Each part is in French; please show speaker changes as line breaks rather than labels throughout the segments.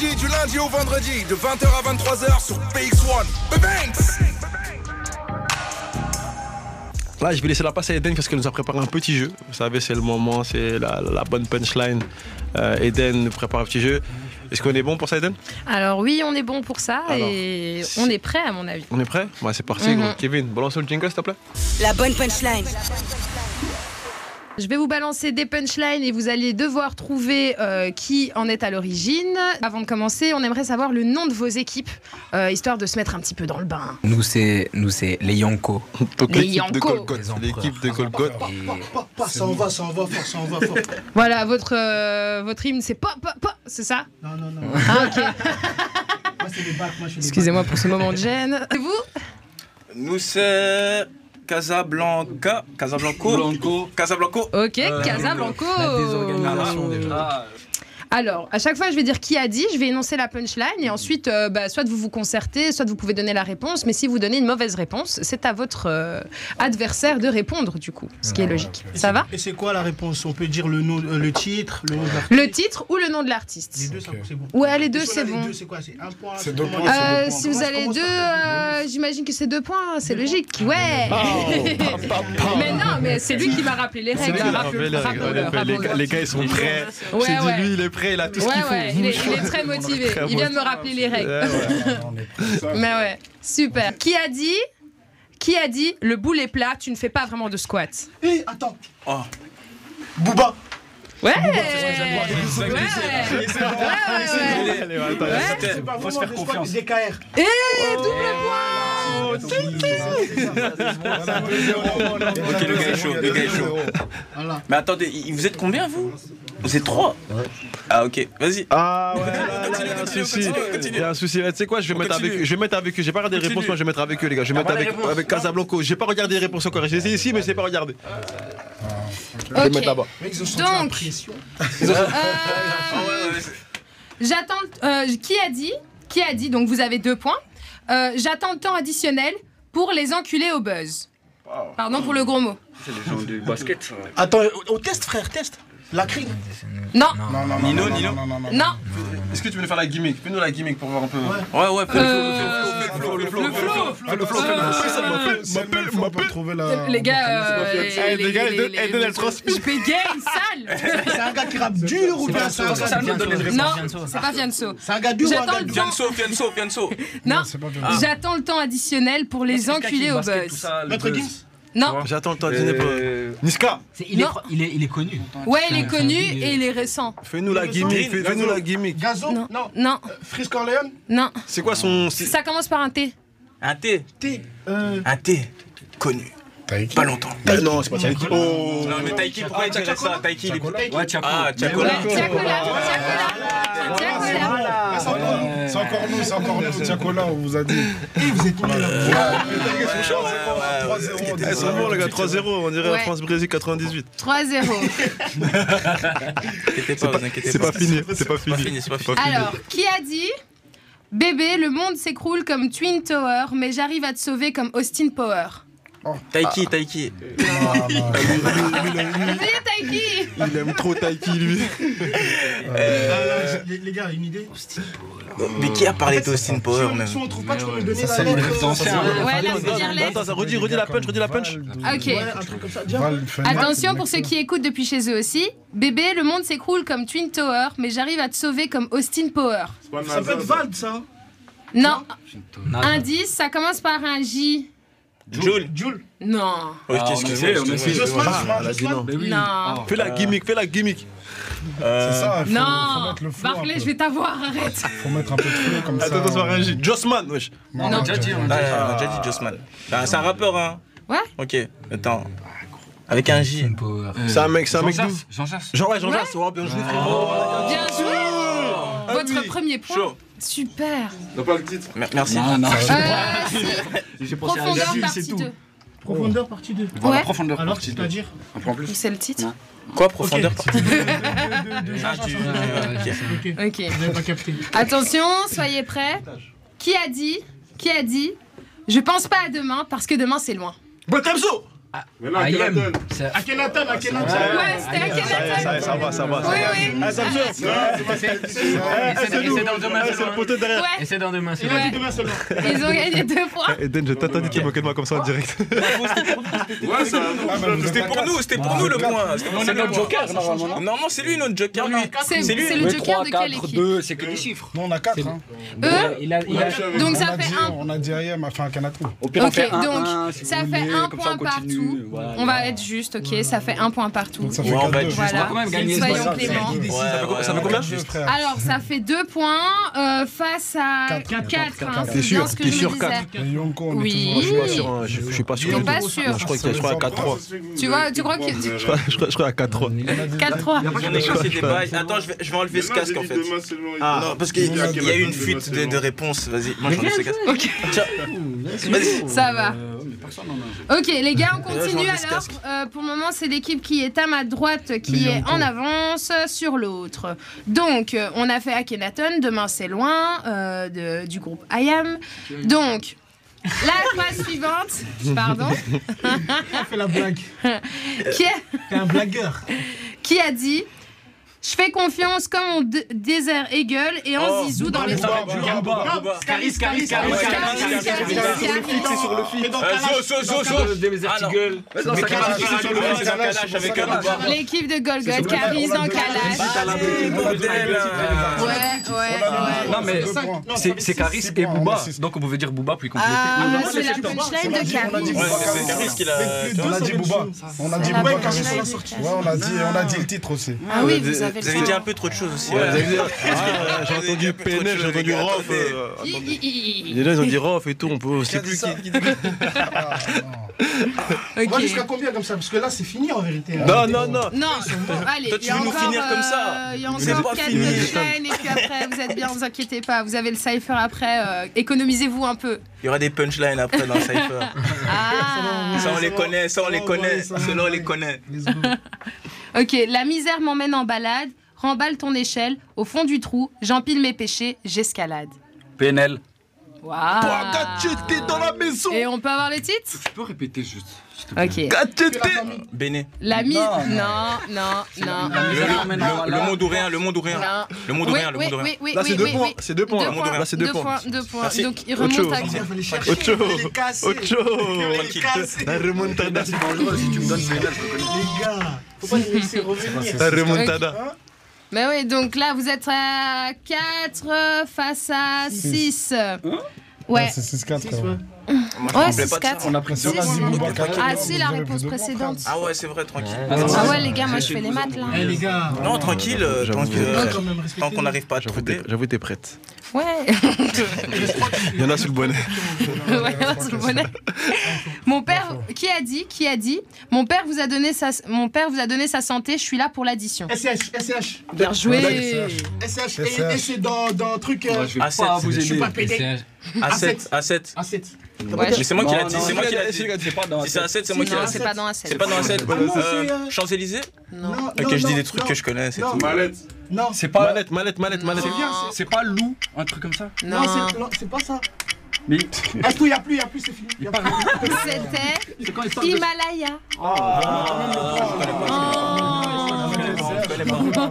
Du lundi au vendredi, de 20h à 23h sur PX1. Banks
Là, je vais laisser la passer à Eden parce qu'elle nous a préparé un petit jeu. Vous savez, c'est le moment, c'est la, la bonne punchline. Euh, Eden nous prépare un petit jeu. Est-ce qu'on est bon pour ça, Eden
Alors oui, on est bon pour ça
Ah
Alors,
et
si-
on est prêt à mon avis.
On est prêt Ouais, c'est parti.
Mhm.
gros. Kevin, balance le jingle, s'il te plaît.
La bonne punchline.
Je vais vous balancer des punchlines et vous allez devoir trouver euh, qui en est à l'origine. Avant de commencer, on aimerait savoir le nom de vos équipes, euh, histoire de se mettre un petit peu dans le bain.
Nous, c'est nous c'est les Yonko.
Donc,
Les
l'équipe de
Yanko.
Golgoth.
Les empereurs.
L'équipe de Golgoth.
Et
Pa, pa, ça en va, ça en va fort, ça en va fort.
Voilà, votre, euh, votre hymne, c'est pop, pop, pop, c'est ça
Non, non, non.
Ah, ok.
Moi, c'est les bacs, moi, je suis les
Excusez-moi pour ce moment de gêne. Et vous
Nous c'est Casablanca, Casablanco, Casablanco.
Ok,
Euh,
Casablanco
la désorganisation déjà.
Ah,
Alors, à chaque fois, je vais dire qui a dit, je vais énoncer la punchline et ensuite, euh, bah, soit vous vous concertez, soit vous pouvez donner la réponse. Mais si vous donnez une mauvaise réponse, c'est à votre euh, adversaire de répondre, du coup, ce qui est logique. Ça va
bacs. Et c'est quoi la réponse On peut dire le nom, euh, le titre, le nom de l'artiste.
Le titre ou le nom de
Les
l'artiste
deux, ça, c'est bon.
Ouais, les deux,
Et si on
c'est
a les
bon.
deux, C'est quoi C'est un point.
C'est deux
comment-
points,
Euh,
c'est bon.
si vous
Comment-
avez
comment
deux,
ça
euh, j'imagine que c'est deux points, hein, c'est logique, ouais. euh, mais non, mais c'est lui qui m'a rappelé les
C'est
règles.
lui qui a
rappelons-
rappelé les règles. Ouais,
rappelons-le,
les gars-
rappelons-le.
Les gars, ils sont prêts.
Ouais,
J'ai dit,
ouais.
lui, il est prêt, il a tout ce
Ouais,
qu'il faut.
ouais, il est, il est très motivé.
Très
Il vient de me rappeler les règles.
Ouais, ouais.
Mais ouais, super. Qui a dit Qui a dit le boulet plat, tu ne fais pas vraiment de squat
Eh, attends.
Oh.
Booba.
Ouais Ouais.
c'est bon,
Ouais,
c'est
ouais,
bon.
ouais.
Allez, attends,
Ouais.
attends.
C'était- Faut se faire
vraiment de squat,
confiance.
DKR.
Ok, le gars est chaud, le gars est chaud.
Voilà.
Mais attendez, y- vous êtes combien vous Vous êtes trois Ah ok, vas-y.
Ah ouais, là, là, il
Continue,
y a un
continue,
souci.
continue, continue.
Il y a un souci. Là, Tu sais quoi, je vais
On
mettre
continue.
avec, je vais mettre avec eux. J'ai pas regardé les
Continue.
réponses, moi je vais mettre avec eux, les gars. Je vais mettre
pas les
avec,
réponses.
avec Casablanco. J'ai pas regardé les réponses encore. J'ai essayé ici, mais j'ai pas regardé. Je vais
Ok.
mettre là-bas.
Mec, ils ont senti la
Donc, euh,
pression.
Ah ouais, ouais, c'est-
j'attends. euh, qui a dit Qui a dit Donc vous avez deux points. Euh, j'attends le temps additionnel pour les enculés au buzz. Pardon pour le gros mot.
Attends, on- on teste, frère, teste. La crime.
Non,
Non, non, non,
Nino,
non, non,
Nino.
non, non, non, non.
non.
Est-ce que tu veux nous faire la gimmick Fais-nous la gimmick pour voir un peu.
Ouais, ouais, fais
Euh,
le flow, fais le flow, fais le flow, fais le flow, fais le flow.
Attends,
Le flow,
c'est
fais le
le
flow.
flow, c'est le flow, c'est le flow pour trouver la-
Les gars, euh,
Eh, les gars, Eden- Eden, elle transpire.
Je paye sale.
C'est un gars qui rappe dur ou bien c'est un
ça,
gars
ça, donne les
Non, c'est pas Fianso.
C'est un gars dur ou un
J'attends
gars
le
dur
Fianso, Fianso, Fianso.
Non,
c'est pas bien.
j'attends le temps additionnel pour les enculés au buzz.
Maître Gims
Non,
J'attends le temps de dîner pour- Niska,
il est, il, est, connu. Ouais, il est connu et il est récent.
fais-nous la
Gazo.
gimmick. fais-
Gazo.
Fais-nous la gimmick.
Oh,
Gazo
Non.
Non.
Non,
Frisk Orléans
non.
C'est quoi son. c'est-
Ça commence par un T.
Un thé,
T. Euh,
un thé, connu,
Taïki.
pas longtemps.
Bah Non, c'est pas ça. Oh
Non mais Taiki, pourquoi il dirait ça Taiki, il est
Taïki.
Ah,
Ouais,
Tchakola.
Tiakola, Tiakola, Tiakola.
Ah, c'est encore nous, C'est encore nous, c'est encore nous. Tiakola, on vous a dit.
vous êtes tous les là.
Ouais, ouais, ouais.
3-0,
Elles sont bons, les gars. 3-0, on dirait
Ouais.
France-Brésil 98.
3-0,
T'inquiétez pas, vous inquiétez
C'est pas fini, c'est pas
C'est pas
fini.
fini, c'est pas fini.
Alors, qui a dit Bébé, le monde s'écroule comme Twin Tower, mais j'arrive à te sauver comme Austin Power.
Taiki, Taiki.
Allez, Taiki
Il aime trop Taiki, lui.
Euh, Les les gars, une idée
Mais qui a parlé d'Austin Power même
Si on trouve pas, tu peux nous donner
Ça,
la
c'est une
lettre.
rêve d'ancien.
euh,
Ouais, laisse-moi lire
Attends, attends, redis, redis la punch, redis la punch.
Ok.
Ouais, un truc comme ça. Déjà,
Val, Fenech,
Attention pour
Nexo.
ceux qui écoutent depuis chez eux aussi. Bébé, le monde s'écroule comme Twin Tower, mais j'arrive à te sauver comme Austin Power.
ça peut être Vald, ça. hein.
Non. Indice, ça commence par un J.
Jules.
Jules.
Non.
Ah
Ouais, Qu'est-ce que c'est excuse-moi.
Jossman.
elle a dit non.
Non.
Fais la gimmick, fais la gimmick.
C'est ça, Ah, faut- faut
Non.
mettre le flow un
Barclay,
peu.
je vais t'avoir, arrête.
Faut mettre un peu de flow comme ça.
Attends, attends, ça va réagir. Jossman, wesh.
Non,
Non.
non, déjà dit,
Ah, on a déjà dit Jossman. Ah, C'est un rappeur, hein
Ouais.
Ok, attends. Avec un J.
C'est un mec, c'est un mec doux.
Jean Jass.
Jean, ouais, Jean Jass, oh, bien joué, frérot.
Ah,
Bien joué. Votre premier point.
Chaud.
Super.
Mer- Merci.
Ah,
Non, non.
Euh, si. Profondeur partie 2.
Profondeur, partie 2.
Ouais.
Alors, c'est-à-dire
C'est le titre.
Quoi, profondeur
Ok.
partie
Déjà,
Ah, tu- ok.
Ok,
Ok.
vous n'avez pas capté.
Attention, soyez prêts. Qui a dit Qui a dit Je pense pas à demain parce que demain c'est loin.
Botamso
Mais non, Akhenaton.
Ça-
Akhenaton, Akhenaton.
Ouais, c'était Akhenaton.
Ça, ça va, ça va. ça va.
Oui, oui.
Ah, ça me saoule.
Et c'est- et c'est dans demain
Eh, C'est le
seulement.
poteau derrière.
Ouais,
Et c'est dans demain
Il
seulement.
a dit demain seulement.
ils ont gagné deux fois.
Eden, je t'attendais de te moquer de moi comme ça en direct.
Ouais, ça va.
Ah, bah, vous êtes
C'était pour
pas
nous, c'était pour nous le point. C'était pour
On est
nous.
notre joker, normalement. non
Normalement, c'est lui notre joker.
Non,
Lui.
non, quatre,
C'est
C'est lui.
c'est le
Ouais,
joker
trois,
de quelle
quatre,
équipe
deux, c'est que des chiffres.
Non, on a 4.
C'est-
Hein.
Eux
Il a, il a,
on
Donc ça
a
fait
dit-
un-
On a dit rien, mais enfin, Akhenaton.
au pire, on
Ok,
fait un,
donc,
un, si
ça
vous
fait
voulez,
un
comme
point
ça, continue,
partout.
voilà.
On va être juste, ok Ça fait un point partout.
Donc ça fait
Ouais, on va
4-2.
être juste.
Voilà,
quand même gagner, c'est pas
soyons
grave,
cléments.
c'est
Ouais,
pas
ouais,
ça
ouais.
fait combien
Juste, frère.
Alors, ça fait deux points euh, face à
Quatre.
4.
Quatre.
C'est
T'es
bien
sûr,
ce que
t'es
je
sûr,
me disais.
quatre.
Et Yonko, on
Oui.
est toujours
Je suis
là.
pas sûr, hein, je je suis pas sûr.
Ils sont
du
pas
tout.
sûrs.
Non, Je crois que- je crois à 4-3.
Tu vois- tu crois que- tu-
Je crois- Je crois- je crois à 4-3.
On
4-3.
a négocié des bails. Attends, je vais, je vais enlever ce casque en fait.
Ah.
Non, parce qu'il y a- il y a eu une fuite de, de réponses. Vas-y, moi j'enlève ce casque.
Ok.
Vas-y.
Ça va. Ok, les gars, on
Là, je
continue
vais enlever ce
alors.
casque.
Euh, pour le moment, c'est l'équipe qui est à ma droite qui est en avance sur l'autre. Donc, euh, on a fait Akhenaton, demain c'est loin, euh, de- du groupe IAM. Donc, la phrase suivante, pardon,
fait la blague.
qui, a,
T'es un blagueur.
qui a dit Je fais confiance comme on d- désert Hegel et on
Oh,
zizou dans les
Bouba,
toilettes.
Bouba, Bouba.
Caris, Caris, Caris,
Ouais,
Caris.
Caris, Caris,
C'est sur le
Caris.
fit, c'est sur le fit.
Euh,
Bah,
Zo, zo, zo, zo. Ah, non.
non, ça calage,
Mais qui va faire
c'est
un
sur le
calage,
calage,
un calage
c'est
avec
sur le
un
calage.
L'équipe de Golgol,
sur le-
Caris
on l'a
en
donné.
calage.
Allez, bordel.
Ouais, ouais, ouais.
Non, mais
Deux points.
c'est c'est Caris et Booba. Donc on pouvait dire Booba puis compléter.
Ah, c'est la
On
punchline
a dit- on
de
a dit
Caris.
Ouais,
Bouba.
c'est Caris qui l'a-
Les deux,
On
on
a
a dit Bouba. On a dit
la
Bouba
bonne
quand
chose.
il est sorti. Ouais, on a dit, on a dit le titre aussi.
Ah oui, vous avez
Vous avez
le
dit
choix.
un peu trop de choses aussi.
Ouais,
ouais.
vous avez dit- Ah, J'ai entendu PNL, j'ai entendu Rof. euh,
Hi, hi, hi,
Il
hi.
y en a, ils ont dit Rof et tout, on peut. C'est plus qui.
On va jusqu'à
Ok.
combien comme ça Parce que là, c'est fini en vérité. hein.
Non, non, non.
Non, bon, allez,
Toi, tu
il y a
veux nous
encore,
finir comme ça
euh, Il y a
Vous êtes
encore
pas
4
fini.
chaînes et puis après, vous êtes bien, vous inquiétez pas. Vous avez le cypher après, euh, économisez-vous un peu.
Il y aura des punchlines après dans le Cypher.
Ah
Ça, on les connaît, ça, on les connaît. Ceux-là, on les connaît.
Ok, la misère m'emmène en balade, remballe ton échelle, au fond du trou, j'empile mes péchés, j'escalade.
PNL.
Waouh
T'es dans la maison
Et on peut avoir le titre
Tu peux répéter juste. s'il te plaît
Ok.
Béné.
La mise.
Non.
Non, non, non.
Le, le-
non, non,
le- le monde ou rien, le monde ou rien.
non.
Le monde ou
Oui,
rien, le
oui,
monde ou rien.
oui, oui,
Là,
oui,
c'est deux
oui,
points.
oui.
C'est deux points.
Deux points,
Là, c'est deux points.
deux points.
Merci.
Donc, il
Autre chose.
remonte à...
Ocho Ocho La remontada
C'est dangereux si tu me donnes PNL, je le connais.
Faut pas les laisser revenir.
La remontada
Mais oui, donc là, vous êtes à 4 face à 6.
Hein
Ouais.
Ouais, C'est 6-4. ouais.
Moi,
Ouais,
me plaît
c'est
pas de
quatre.
ça.
On a pression.
Si, si. Ah, si, la réponse précédente.
Ah ouais, c'est vrai, tranquille.
Ah ouais, les gars, moi, je fais les maths, là.
Eh, les gars.
Non, tranquille, euh, tant
J'avoue.
que- tant qu'on n'arrive pas à
J'avoue,
trouver.
t'es- J'avoue, t'es prête.
Ouais.
Il y en a sous le bonnet.
Ouais, sous le bonnet. Mon père, qui a dit, qui a dit, mon père vous a donné sa, mon père vous a donné sa santé, je suis là pour l'addition.
SCH, SCH,
Bien joué.
SCH, et, et c'est dans, dans un truc.
Moi,
Euh,
je vais
Ah, c'est-
pas vous
je
aider.
suis pas pédé.
C'est-
A7, A7.
A7.
Ouais,
Mais c'est moi qui l'ai
Non,
dit,
non,
c'est moi qui l'ai dit.
c'est- c'est pas dans
Si c'est A7, c'est moi qui
Non,
l'ai
c'est
dit.
pas dans la scène.
C'est pas dans A7.
Ah non, c'est,
Euh,
euh,
Champs-Élysées
Non.
Ok, je dis des trucs que je connais, c'est
non.
tout.
Mallette.
Non,
C'est pas.
Manette, manette, manette, manette.
C'est bien,
C'est pas loup, un truc comme ça.
non.
non, c'est- non, c'est pas ça.
Mais
Ah, tout, y a plus, y a plus, c'est fini. Y a plus.
C'était
c'est quand il parle de. Ah.
Himalaya. Ah. Oh.
Ah.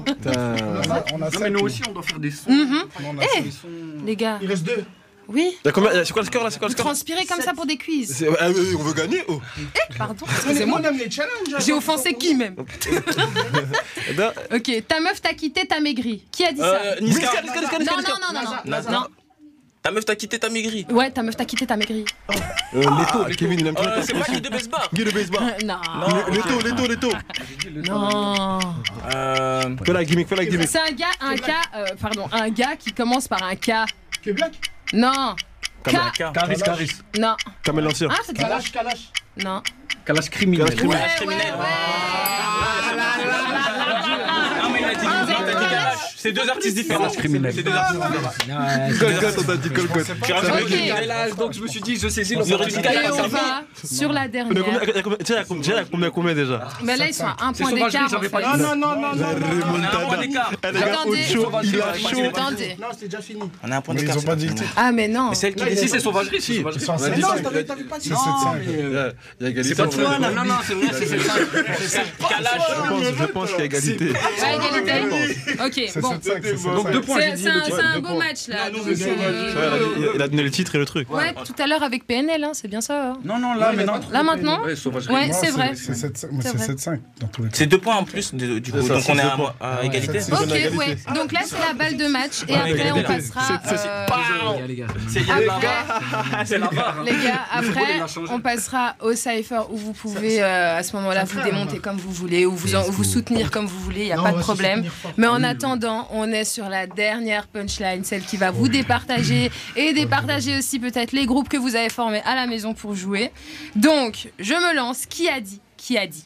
Putain.
On a
Non, mais
7.
nous aussi, on doit faire des sons.
Mhm. Les gars,
Il reste deux.
oui.
Y'a combien- C'est quoi le score là C'est quoi le score
Transpirer comme ça pour des quiz.
C'est- Ah, oui, On veut gagner oh.
Pardon,
On aime-
excusez-moi.
on aime les challenges. hein.
J'ai offensé qui même
Eh ben,
Ok, ta meuf t'a quitté, t'as maigri. Qui a dit ça
Euh, Niska,
Non, non, non, non,
Nasa.
non.
ta meuf t'a quitté, t'as maigri.
Non. Ouais, ta meuf t'a quitté, t'as maigri.
euh, Leto, Kevin, Ah, il aime
Euh,
bien.
C'est pas qui de Best Bar.
Guy le baseball.
Non.
Non,
Leto, Leto, Leto.
Non.
euh,
Fais la gimmick, fais la gimmick.
C'est un gars, un cas, euh, pardon, un gars qui commence par un K.
Que black
Non. K.
Kamala K.
Caris, Caris.
Non.
Kamel l'ancien.
Ah, c'est de la
Kalash, Kalash.
Non.
Kalash criminel.
Kalash
Ouais,
criminel.
ouais, ouais.
Non, mais il a dit,
Ah,
non, t'as dit
ouais.
Kalash. C'est deux artistes différents.
Langage criminel.
C'est deux artistes différents.
Golgoth, on a dit Golgoth.
donc je me suis dit, je saisis
Et on va sur la
On est combien-
dernière.
il y a combien- Tu sais, il y a combien- il y a combien- combien déjà
Mais là, ils sont à un point
sauvage,
d'écart.
j'avais
en
pas
fait.
dit.
Non, non, non, non. non.
On a un point d'écart.
Eh, les gars,
Attendez,
Ocho, il a chaud.
attendez.
Non, c'était déjà fini.
On a un point
Mais
d'écart.
ils ont pas dit le titre.
Ah, mais non.
Mais celle qui
Non,
Si,
décide.
c'est sauvagerie, c'est
Ils
sauvagerie.
sont à
Mais
7-5.
non, t'avais t'avais pas dit.
C'est 7-5.
Il y a- euh, il y a égalité.
C'est pas
entre-
toi,
Non, non, c'est vrai, c'est
Je pense- Je pense qu'il y a égalité.
À égalité. Ok,
C'est
bon.
7-5. c'est
Donc
7-5.
deux points, j'ai
C'est
dit.
c'est un, c'est un
deux
beau
points.
match là.
Non, nous,
donc,
c'est bien
euh,
Ouais, Il a- il a donné le titre et le truc.
Ouais, tout à l'heure avec PNL, hein, c'est bien ça. hein.
Non, non, là, mais non.
Là maintenant
Ouais, sauvagerie.
Ouais,
Non,
c'est vrai.
C'est 7-5. Mais
C'est
c'est
vrai.
7-5 dans tous les cas.
C'est deux points en plus, de- du coup.
C'est ça,
Donc
c'est
on est
deux
à-
points.
à égalité.
c'est-
Ok,
l'égalité.
ouais. Donc là, c'est la balle de match et
Ouais,
après, on
l'égalité.
passera. euh,
Pow
les gars.
C'est
Après,
C'est la
Hein.
barre.
les gars,
il
après,
l'a changé.
on passera au cypher où vous pouvez euh, à ce moment-là vous démonter comme vous voulez ou vous, en- vous soutenir comme vous voulez, il n'y a pas de problème. Mais
Mmh.
en attendant, on est sur la dernière punchline, celle qui va vous départager et départager aussi peut-être les groupes que vous avez formés à la maison pour jouer. Donc, je me lance. Qui a dit Qui a dit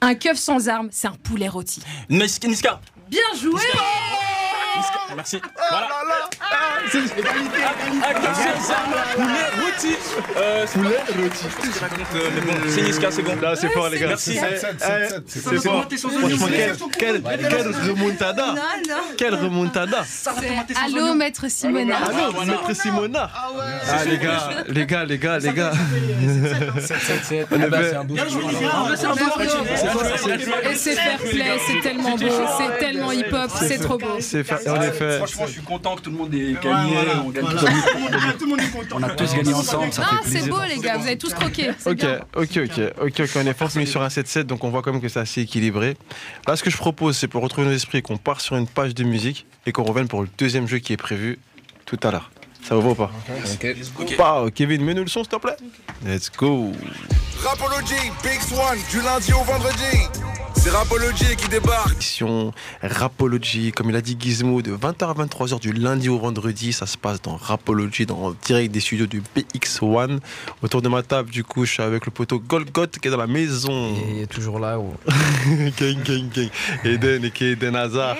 Un keuf sans armes, c'est un poulet rôti.
Niska. Niska.
Bien joué
Merci. Voilà. Ah, ah, c'est ça. Poulet rôti. Euh, c'est
Poulet rôti.
pas ce que je raconte, euh, Mais bon, c'est Niska, c'est bon.
Là, c'est fort, les gars.
Merci.
Eh,
7-7.
eh,
7-7. c'est-
C'est fort. Franchement, quelle- quelle quelle remontada.
Non, non
Quelle remontada. Ah,
C'est Allô, maître Simona.
Allô, maître Simona. Ah, les gars, les gars, les gars, les gars. On est fait-
Bien joué, les gars.
C'est un peu
Et c'est fair play, c'est tellement beau, c'est tellement hip-hop, c'est trop beau.
C'est fa- en effet.
Franchement, je suis content que tout le monde ait
Ouais,
gagné.
voilà,
On gagne
voilà.
tous.
Tout le
Ah,
monde- Tout le monde est content.
On a tous gagné ensemble, ça
Ah,
fait
c'est
plaisir.
beau les gars, vous avez tous croqué. c'est
Ok,
bien.
ok, ok, ok, ok, on est fort, on est sur un 7-7, donc on voit quand même que c'est assez équilibré. Là, ce que je propose, c'est pour retrouver nos esprits, qu'on part sur une page de musique et qu'on revienne pour le deuxième jeu qui est prévu tout à l'heure. Ça vous va ou pas
Ok.
Pow, Kevin, mets-nous le son, s'il te plaît. Let's go.
Rapology, Big Swan, du lundi au vendredi. C'est Rapology qui débarque.
Action, Rapology, comme il a dit Gizmo, de 20h à 23h du lundi au vendredi. Ça se passe dans Rapology, dans, en direct des studios du BX1. Autour de ma table, du coup, je suis avec le poteau Golgoth qui est dans la maison.
Il est toujours là. Où...
gang, gang, gang. Eden et Eden Hazard.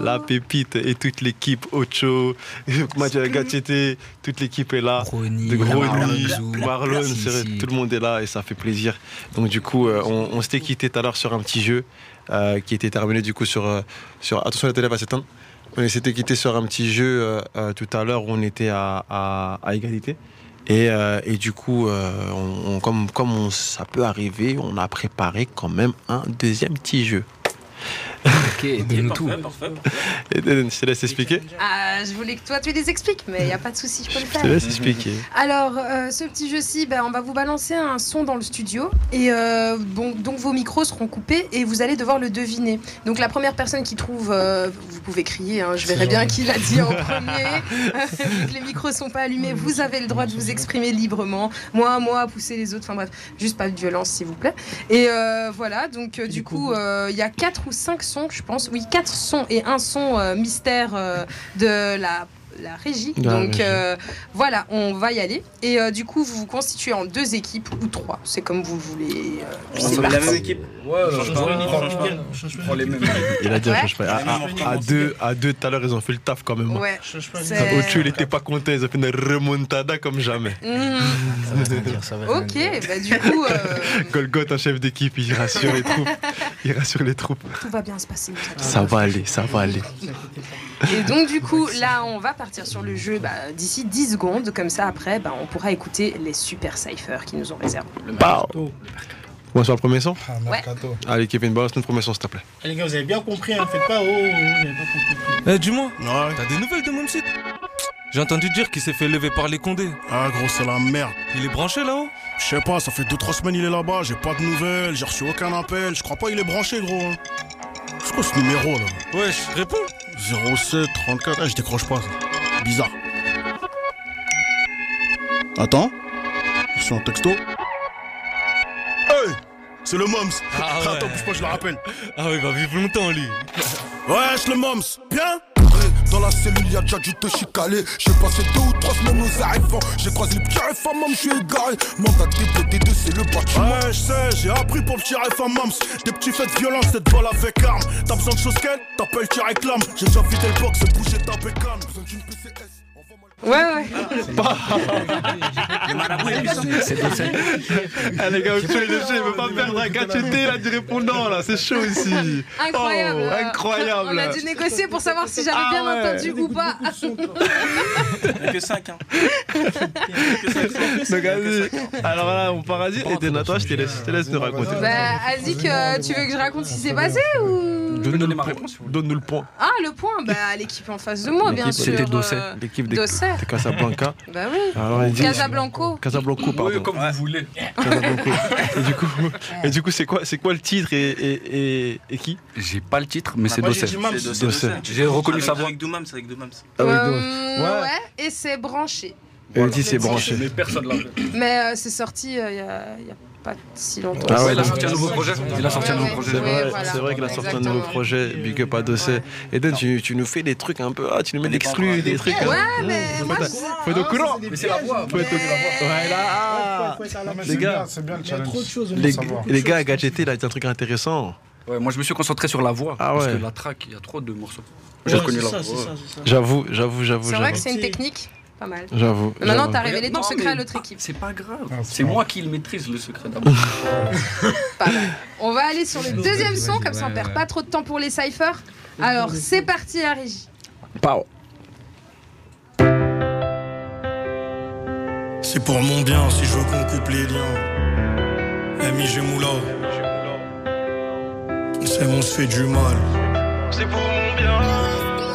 La pépite et toute l'équipe Ocho, Mathieu Gatcheté, toute l'équipe est là.
Brony,
De gros
Marlon,
nids,
Zou,
Ah, Marlon,
Sissi.
c'est vrai, tout le monde est là et ça fait plaisir. Donc du coup, euh, on, on s'était quitté tout à l'heure sur un petit jeu euh, qui était terminé du coup sur, euh, sur... Attention, la télé va s'éteindre. On s'était quitté sur un petit jeu euh, euh, tout à l'heure où on était à, à- à égalité. Et, euh, et du coup, euh, on- on- comme, comme on- ça peut arriver, on a préparé quand même un deuxième petit jeu.
Ok, dis-nous tout.
Parfait, parfait.
Eden, je te laisse expliquer.
Ah, je voulais que toi tu les expliques, mais il n'y a pas de souci, je peux le
Je te
faire.
laisse expliquer.
Alors, euh, ce petit jeu-ci, ben, on va vous balancer un son dans le studio, et euh, bon, donc vos micros seront coupés, et vous allez devoir le deviner. Donc la première personne qui trouve, euh, vous pouvez crier, hein, je verrai bien qui l'a dit en premier. Vu que les micros sont pas allumés, vous avez le droit de vous exprimer librement. Moi, moi, pousser les autres, enfin bref, juste pas de violence s'il vous plaît. Et euh, voilà, donc euh, du coup, euh, il y a quatre ou cinq sons, je pense, oui, quatre sons et un son euh, mystère euh, de la la régie.
De la
Donc
régie.
euh, voilà, on va y aller. Et euh, du coup, vous vous constituez en deux équipes ou trois. C'est comme vous le voulez. euh,
On
c'est
est la
parti.
même équipe.
Ouais,
On change
Ah,
pas, on change pas.
prends les mêmes.
Il a dit,
Ouais.
je sais pas. À, Ah, à- à deux, à deux, tout à l'heure, ils ont fait le taf quand même.
Ouais.
Ocho,
c'est-
il était pas content, ils ont fait une remontada comme jamais.
Mm.
Mhm.
Oh.
Ok, bah du coup, euh,
Golgoth, un chef d'équipe, il rassure les troupes. Il rassure les troupes.
tout va bien se passer.
Ça va aller, ça va aller.
Et donc du coup, là, on va partir sur le jeu bah, d'ici 10 secondes. Comme ça, après, bah, on pourra écouter les super ciphers qui nous ont réservé.
Bah.
Pow Bon, sur le premier son
Ah, mercato.
Allez, Kevin, balance nous le premier son, s'il te plaît.
Les gars, vous avez bien compris, hein, faites pas. Oh, oh, oh, j'avais pas compris.
Eh, dis-moi,
Ouais.
t'as des nouvelles de mon petit J'ai entendu dire qu'il s'est fait lever par les condés.
Ah, gros, c'est la merde.
Il est branché là-haut
Je sais pas, ça fait 2-3 semaines il est là-bas, j'ai pas de nouvelles, j'ai reçu aucun appel, je crois pas il est branché, gros. hein. C'est quoi ce numéro là
Wesh, réponds
07 34. Ah, je décroche pas ça. Bizarre. Attends. Je suis en texto. Hey C'est le Moms
Ah ouais.
Attends, bouge pas, je le rappelle.
Ah ouais, il va vivre longtemps lui.
Wesh, le Moms Bien
Dans la cellule, y'a déjà du te chicaler. J'ai passé deux ou trois semaines aux arrivants. J'ai croisé les petits RFA, mams, je suis égaré. Mandat de DD2, c'est le bâtiment.
Ouais, je sais, j'ai appris pour le tirer à mams. Des petits faits de violence, cette balle avec arme. T'as besoin de choses qu'elle, t'appelles, tu réclames. J'ai déjà vidé le box, j'ai bougé ta bécane. Besoin d'une PCS.
Ouais, ouais.
C'est Ah les gars, tu les deux, je veux pas perdre un cacheté là du répondant là, c'est chaud ici.
Incroyable. euh,
Oh, incroyable.
Ah bah,
On a dû négocier pour savoir si j'avais
Ah
bien
ouais.
entendu ou pas.
que 5 hein.
Donc vas-y. Alors là, mon paradis était Nathan, je te laisse, je te laisse nous raconter.
bah, Azik, euh, tu veux que je raconte ce qui
Ah,
s'est passé ou
Donne-nous le point. Donne-nous le point.
Ah, le point. Bah, à l'équipe en face de moi, bien sûr.
C'était Dossé.
euh,
L'équipe des
Dosset.
de Casablanca.
Bah oui.
Alors, on dit-
Casablanco.
Casablanco, pardon.
comme vous voulez.
Casablanco. Et du coup, et du coup, c'est quoi, c'est quoi le titre et, et, et, et qui
J'ai pas le titre, mais
Ah,
c'est
moi,
Dossé.
j'ai dit Mams.
C'est
Dossé.
Dossé.
J'ai reconnu
Avec-
sa voix.
Avec Doumams, avec Doumams.
Ah oui,
Hum,
donc-
ouais. et c'est branché.
Et le titre c'est branché.
Mais personne l'a.
Mais euh, c'est sorti euh, il y a, il y a pas si longtemps.
Ah ouais,
il a
donc-
sorti un nouveau projet. Il a sorti un
Ouais,
nouveau
ouais,
projet.
C'est vrai,
Oui, voilà.
c'est vrai qu'il a sorti un
Exactement.
nouveau projet, Big Up à Dossé. Et Dan, tu, tu nous fais des trucs un peu, ah, tu nous mets d'exclus, des trucs.
Ouais,
hein.
mais
Mmh,
moi,
faut être-
je-
Faut
Ah,
être au courant.
Mais c'est la voix.
Faut être au courant. Ouais, là.
Ah,
Les gars,
c'est bien le challenge.
les, les gars, Gadgeté, là, il y a un truc intéressant.
Ouais, moi je me suis concentré sur la voix.
Ah
Parce
ouais.
que la track, il y a trop de morceaux.
Ouais,
J'ai reconnu
c'est
la
ça,
voix.
c'est
euh,
ça, c'est ça. J'avoue, j'avoue, j'avoue.
C'est vrai que
j'avoue.
c'est une technique pas mal.
J'avoue,
Mais Maintenant,
j'avoue.
t'as révélé ton
Non,
secret
mais-
à l'autre équipe.
C'est pas grave.
Ah,
C'est moi qui le maîtrise le secret d'abord.
On va aller sur le deuxième son, comme ça on
ouais,
perd
ouais.
pas trop de temps pour les ciphers. Alors, c'est parti, la régie.
C'est pour mon bien si je veux qu'on coupe les liens. Ami Gémoula. C'est on se fait du mal.
C'est pour mon bien.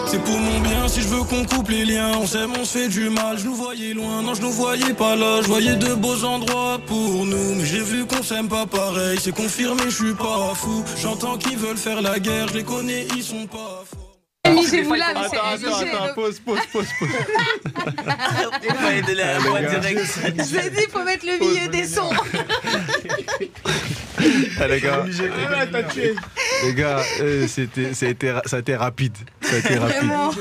C'est pour mon bien si je veux qu'on coupe les liens. On s'aime, on se fait du mal. Je nous voyais loin, non, je nous voyais pas là. Je voyais de beaux endroits pour nous. Mais j'ai vu qu'on s'aime pas pareil. C'est confirmé, je suis pas fou. J'entends qu'ils veulent faire la guerre. Je les connais, ils sont pas fous.
Ami Gémoula, mais
Attends,
c'est
attends,
obligé,
attends,
le-
pause, pause, pause, pause.
Ah,
Je l'ai dit, faut mettre le milieu des sons.
Ah, les gars, les gars, euh, c'était, ça a été, ra- ça a été rapide, ça a été rapide.
Vraiment.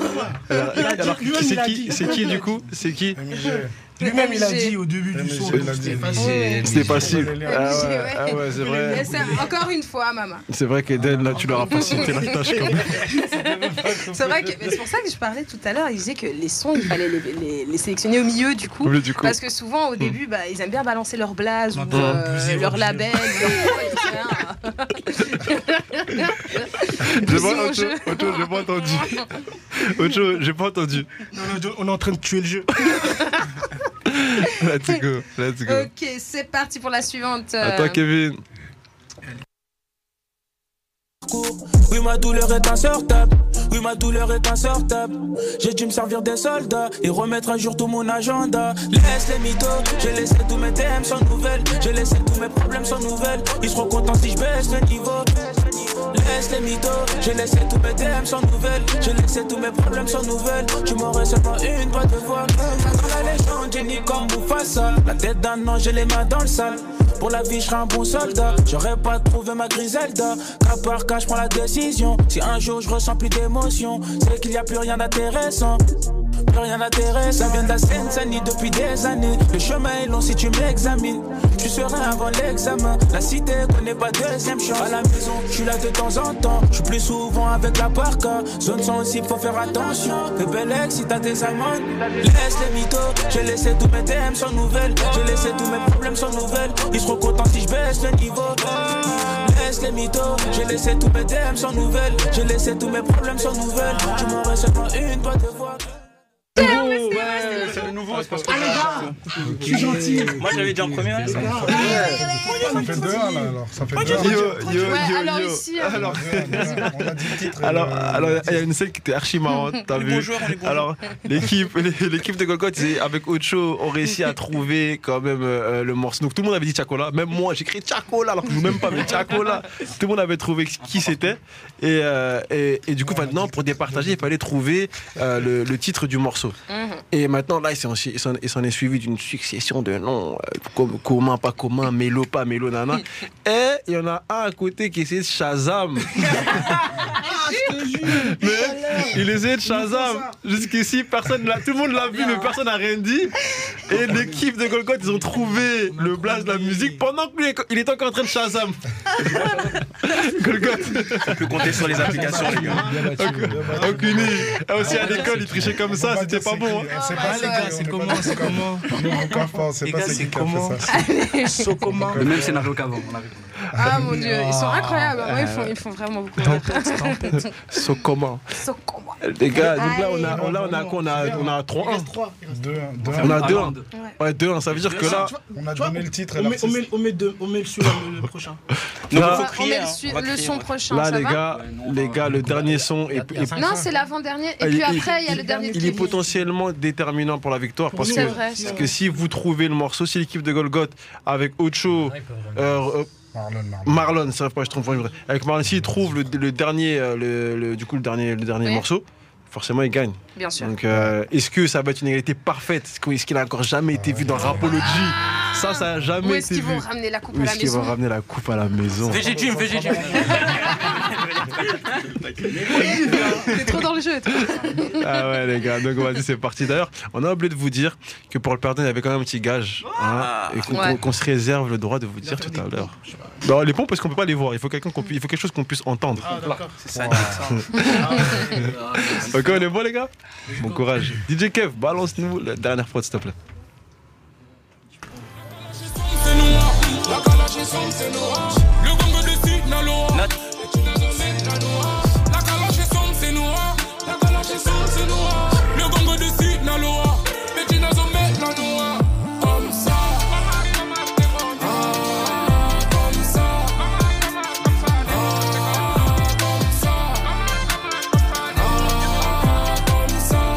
Alors,
Il a dit
alors,
lui-même, il
c'est
a
qui,
dit.
c'est qui du coup, c'est qui
Lui-même, il a
MG.
dit au début du son.
C'était facile. C'était facile. Ah ouais, ah ouais, c'est
Et
vrai.
ça, encore une fois, maman.
C'est vrai qu'Eden, là, tu leur as pas cité la tâche quand même.
C'est vrai que mais c'est pour ça que je parlais tout à l'heure. Il disait que les sons, il fallait les, les- les sélectionner au milieu du coup,
Au milieu du coup.
parce que souvent au début, bah, ils aiment bien balancer leur blase ou
Mmh.
euh,
Mmh.
leur label.
J'ai pas, Ocho, Ocho, j'ai pas entendu. Ocho, j'ai pas entendu.
On est en train de tuer le jeu.
Let's go, let's go.
ok, c'est parti pour la suivante. euh,
À toi, Kevin.
Oui, ma douleur est insortable. Oui, ma douleur est insortable. J'ai dû me servir des soldats et remettre un jour tout mon agenda. Laisse les mythos, j'ai laissé tous mes thèmes sans nouvelles. J'ai laissé tous mes problèmes sans nouvelles. Ils seront contents si je baisse le niveau. Laisse les mythos, j'ai laissé tous mes thèmes sans nouvelles. J'ai laissé tous mes problèmes sans nouvelles. Tu m'aurais seulement une boîte de voix. Dans la légende, j'ai ni comme Mufasa. La tête d'un ange et les mains dans le sale. Pour la vie, je serai un bon soldat. J'aurais pas trouvé ma Griselda. Cas par cas, je prends la décision. Si un jour je ressens plus d'émotion, c'est qu'il y a plus rien d'intéressant. Plus rien d'intéressant. Ça vient de la Seine-Saint-Denis depuis des années. Le chemin est long si tu m'examines. Tu seras avant l'examen. La cité connaît pas deuxième chance. À la maison, je suis là de temps en temps. Je suis plus souvent avec la parka. Zone sensible, faut faire attention. Fais belle ex si t'as des amendes. Laisse les mythos. J'ai laissé tous mes thèmes sans nouvelles. J'ai laissé tous mes problèmes sans nouvelles. Ils seront contents si je baisse le niveau. Laisse les mythos. J'ai laissé tous mes thèmes sans nouvelles. J'ai laissé tous mes problèmes sans nouvelles. Tu m'aurais seulement une boîte de voix.
C'est le nouveau, c'est parce que.
Je suis gentil.
Moi j'avais dit en premier.
Ça fait deux un, là alors. Ça fait
Yo,
deux un.
yo, yo, yo.
alors ici, euh,
Ah, Alors,
On a dit le titre.
Alors, alors, il y a une scène qui était archi marrante, t'as vu Alors, l'équipe, l'équipe de Cocotte, c'est- avec Ocho, ont réussi à trouver quand même euh, le morceau. Donc tout le monde avait dit Chacola, même moi, j'ai écrit Chacola alors que je ne même pas, mais Chacola. Tout le monde avait trouvé qui c'était. Et, euh, et, et du coup, maintenant, pour départager, il fallait trouver euh, le, le titre du morceau. Et maintenant, là, il s'en- il s'en il s'en est suivi d'une succession de noms, euh, com- commun, pas commun, mélo, pas mélo, nana. Et il y en a un à côté qui c'est Shazam.
Ah, je te jure.
Mec, il essayait de Shazam. Jusqu'ici, personne l'a- tout le monde l'a vu, mais personne n'a rien dit. Et l'équipe de Golgot, ils ont trouvé le blast de la musique pendant que lui, il était encore en train de Shazam. Golgot. On peut
compter sur les applications, les gars.
Aucune. idée. Ah, Aussi à l'école, il trichait comme ça, c'était pas bon. hein.
C'est pas les gars, c'est comment C'est comment On sait pas c'est qui qui a fait ça.
Allez.
Le même scénario qu'avant. on arrive.
Ah mon dieu, ils
oh.
sont incroyables. Moi, ils, font, ils font vraiment beaucoup.
So comment
Sokoma.
Les gars, donc là, on a, on, là, on a quoi On a, on a 3-1.
2
On a 2-1. Ouais, 2-1, ça veut dire que là.
On a donné le titre.
On met, on met, on met, deux, on met le celui-là, le- le prochain.
Non,
On
là,
va- on met le, su- le son prochain,
là,
ça
les
va
gars, les gars, le dernier son est. est-
Non, c'est l'avant-dernier. Et
Ah, il-
puis après, il y a le
il-
dernier de
Il est
Kevin.
potentiellement déterminant pour la victoire parce
C'est
que,
vrai,
parce
c'est
que
vrai.
si vous trouvez le morceau, si l'équipe de Golgoth avec Ocho, euh, euh,
Marlon,
Marlon, c'est vrai, pas je trompe, pas, avec Marlon, s'il trouve le, le dernier, euh, le, le- du coup le dernier, le dernier
Oui.
morceau, forcément il gagne.
Bien sûr.
Donc, euh, est-ce que ça va être une égalité parfaite Est-ce qu'on- Est-ce qu'il a encore jamais été vu dans Rapology Ça, ça a
Où
jamais
est-ce
été
qu'ils
vu.
vont ramener la coupe
Où
à
est-ce
la
qu'ils vont
maison
ramener la coupe à la maison
Végétime, végétime.
T'es trop dans le jeu. toi.
Ah ouais les gars, donc vas-y c'est parti. D'ailleurs, on a oublié de vous dire que pour le perdre, il y avait quand même un petit gage.
Ah.
hein, et qu'on
Ouais.
qu'on- qu'on se réserve le droit de vous dire tout à l'heure. Non, les pompes parce qu'on peut pas les voir, il faut, quelqu'un qu'on pu- il faut quelque chose qu'on puisse entendre.
C'est sadique, ça.
ok, on est bon les gars Bon courage. DJ Kev, balance-nous la dernière prod s'il te plaît.
La calache est sombre, c'est noir. Le bongo de Sinaloa. Et tu n'as jamais de la loi. La calache est sombre, c'est noir. La calache est sombre, c'est noir. Le bongo de Sinaloa. Et tu n'as jamais de la loi. Comme ça. Ah, comme ça. Ah, comme ça. Ah, comme ça.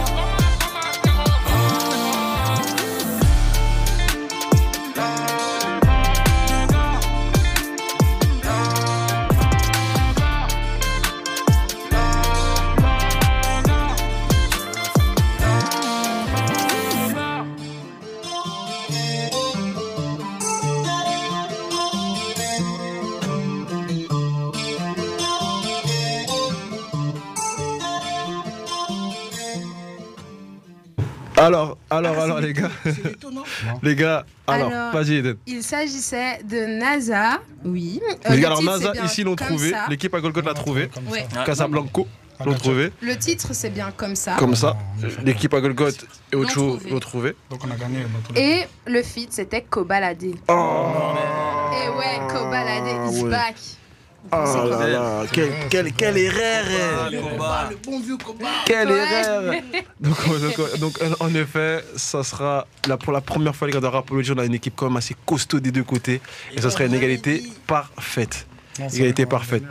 Alors, alors, alors les gars. les gars, alors,
Alors, euh,
vas-y Eden.
Il s'agissait de NASA. Oui. Euh,
les
le
gars, alors
titre, c'est
NASA,
bien
ici l'ont
Comme
trouvé,
ça.
l'équipe à Golgotha l'a trouvé,
Ouais.
Casablanco l'ont trouvé.
Le titre, c'est bien comme ça.
Comme ça, l'équipe à Golgoth et
L'ont
Ocho
trouvé.
l'ont trouvé.
Donc on a gagné.
Et le feat, c'était Kobalade. Et ouais, Kobalade is
Oh. ouais.
back.
Ah là là, quel, quel, quel erreur eh.
Le bon vieux combat.
Quel
Ouais.
erreur donc, euh, donc, donc, en- en effet, ça sera la, pour la première fois les gars de Rapology, on a une équipe quand même assez costaud des deux côtés et ça sera une égalité parfaite.
Non, c'est
Égalité
vraiment
parfaite.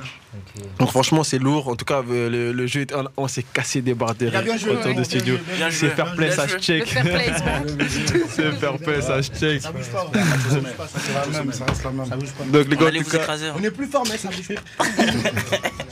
Donc franchement c'est lourd, en tout cas euh, le, le jeu, est- on, on s'est cassé des barres de
Il a bien
rire
joué,
autour
ouais.
de studio.
Bien joué,
C'est fair
bien
play,
joué.
ça se check.
Le fair play is
C'est fair play, ça se check.
Ça bouge pas, ouais. Ça bouge pas, ça
C'est la même, ça reste la même.
bouge pas.
Donc, les gars, en tout cas-
On est plus fort, mais ça bouge pas.